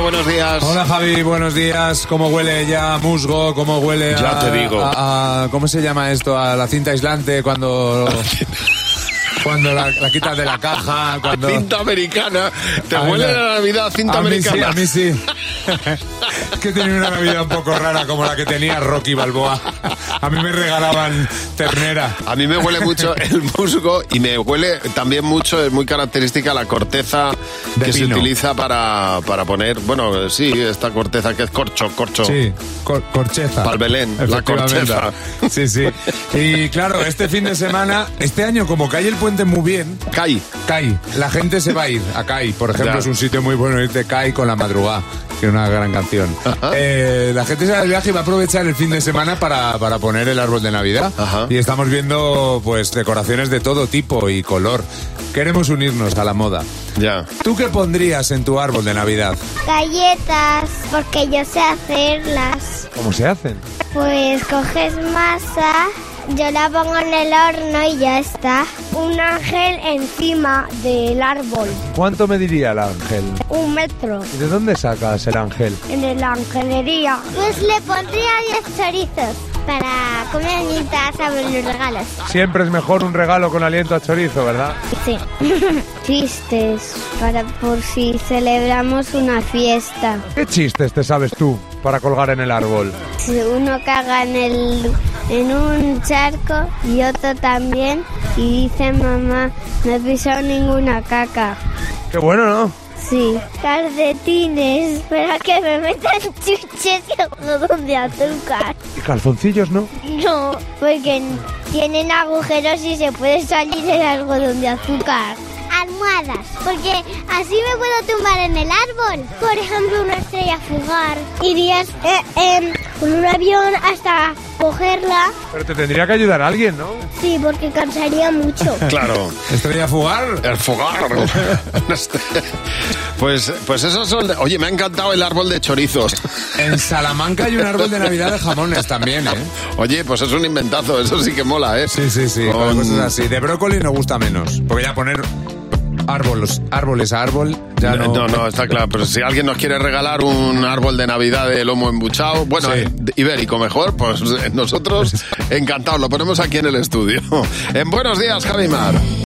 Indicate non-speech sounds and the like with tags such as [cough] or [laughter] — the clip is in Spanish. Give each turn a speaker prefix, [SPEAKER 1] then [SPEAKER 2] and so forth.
[SPEAKER 1] buenos días.
[SPEAKER 2] Hola Javi, buenos días. ¿Cómo huele ya a musgo? ¿Cómo huele a,
[SPEAKER 1] Ya te digo.
[SPEAKER 2] a- a- ¿Cómo se llama esto? A la cinta aislante cuando... cuando la, la quitas de la caja, cuando...
[SPEAKER 1] Cinta americana. Te
[SPEAKER 2] A mí
[SPEAKER 1] huele
[SPEAKER 2] me-
[SPEAKER 1] la Navidad cinta
[SPEAKER 2] a mí sí,
[SPEAKER 1] americana.
[SPEAKER 2] a mí sí. [laughs] es que tenía una Navidad un poco rara como la que tenía Rocky Balboa. A mí me regalaban ternera.
[SPEAKER 1] A mí me huele
[SPEAKER 2] [laughs]
[SPEAKER 1] mucho el musgo y me huele también mucho, es muy característica la corteza
[SPEAKER 2] De
[SPEAKER 1] que se
[SPEAKER 2] pino.
[SPEAKER 1] utiliza para, para poner, bueno, sí, esta corteza que es corcho, corcho.
[SPEAKER 2] Sí, cor- corcheza.
[SPEAKER 1] Pa'l Belén, la
[SPEAKER 2] Efectivamente.
[SPEAKER 1] corcheza.
[SPEAKER 2] Sí, sí. Y claro, este fin de semana, este año como cae el puente muy bien,
[SPEAKER 1] Cay.
[SPEAKER 2] CAI, la gente se va a ir a CAI. Por ejemplo,
[SPEAKER 1] Ya.
[SPEAKER 2] es un sitio muy bueno irte CAI con la madrugada, que es una gran canción.
[SPEAKER 1] Ajá.
[SPEAKER 2] Eh, la gente se va de viaje y va a aprovechar el fin de semana para, para poner el árbol de Navidad.
[SPEAKER 1] Ajá.
[SPEAKER 2] Y estamos viendo pues decoraciones de todo tipo y color. Queremos unirnos a la moda.
[SPEAKER 1] Ya.
[SPEAKER 2] ¿Tú qué pondrías en tu árbol de Navidad?
[SPEAKER 3] Galletas, porque yo sé hacerlas.
[SPEAKER 2] ¿Cómo se hacen?
[SPEAKER 3] Pues coges masa, yo la pongo en el horno y ya está. Un ángel encima del árbol,
[SPEAKER 4] ¿Cuánto me diría el ángel?
[SPEAKER 3] un metro
[SPEAKER 4] ¿Y de dónde sacas el ángel?
[SPEAKER 3] en la angelería. Pues le pondría 10 chorizos para comer mientras abro los regalos.
[SPEAKER 4] Siempre es mejor un regalo con aliento a chorizo, ¿verdad?
[SPEAKER 3] Sí. [laughs] Chistes, para por si celebramos una fiesta.
[SPEAKER 4] ¿Qué chistes te sabes tú para colgar en el árbol?
[SPEAKER 3] Si Uno caga en, el, en un charco y otro también y dice mamá, no he pisado ninguna caca.
[SPEAKER 4] Qué bueno, ¿no?
[SPEAKER 3] Sí. Calcetines, espera que me metan chuches que no son de azúcar.
[SPEAKER 4] ¿Y calzoncillos no?
[SPEAKER 3] No, porque tienen agujeros y se puede salir el algodón de azúcar. Almohadas, porque así me puedo tumbar en el árbol. Por ejemplo, una estrella fugaz. Irías eh, em, con un avión hasta cogerla.
[SPEAKER 4] Pero te tendría que ayudar alguien, ¿no?
[SPEAKER 3] Sí, porque cansaría mucho.
[SPEAKER 2] [laughs]
[SPEAKER 1] Claro.
[SPEAKER 2] ¿Estrella fugar?
[SPEAKER 1] El fogar.
[SPEAKER 2] [laughs]
[SPEAKER 1] pues, pues esos son. de- Oye, me ha encantado el árbol de chorizos.
[SPEAKER 2] En Salamanca hay un árbol de Navidad de jamones también, ¿eh?
[SPEAKER 1] Oye, pues es un inventazo, eso sí que mola, ¿eh?
[SPEAKER 2] Sí, sí, pues sí.
[SPEAKER 1] Con-
[SPEAKER 2] cosas así. De brócoli no gusta menos. Porque ya poner árboles, árboles a árbol, ya no.
[SPEAKER 1] No, no, está claro. Pero si alguien nos quiere regalar un árbol de Navidad de lomo embuchado, bueno,
[SPEAKER 2] Sí.
[SPEAKER 1] eh, ibérico mejor, pues
[SPEAKER 2] [laughs]
[SPEAKER 1] eh, nosotros encantados, lo ponemos aquí en el estudio. En buenos días, Javimar.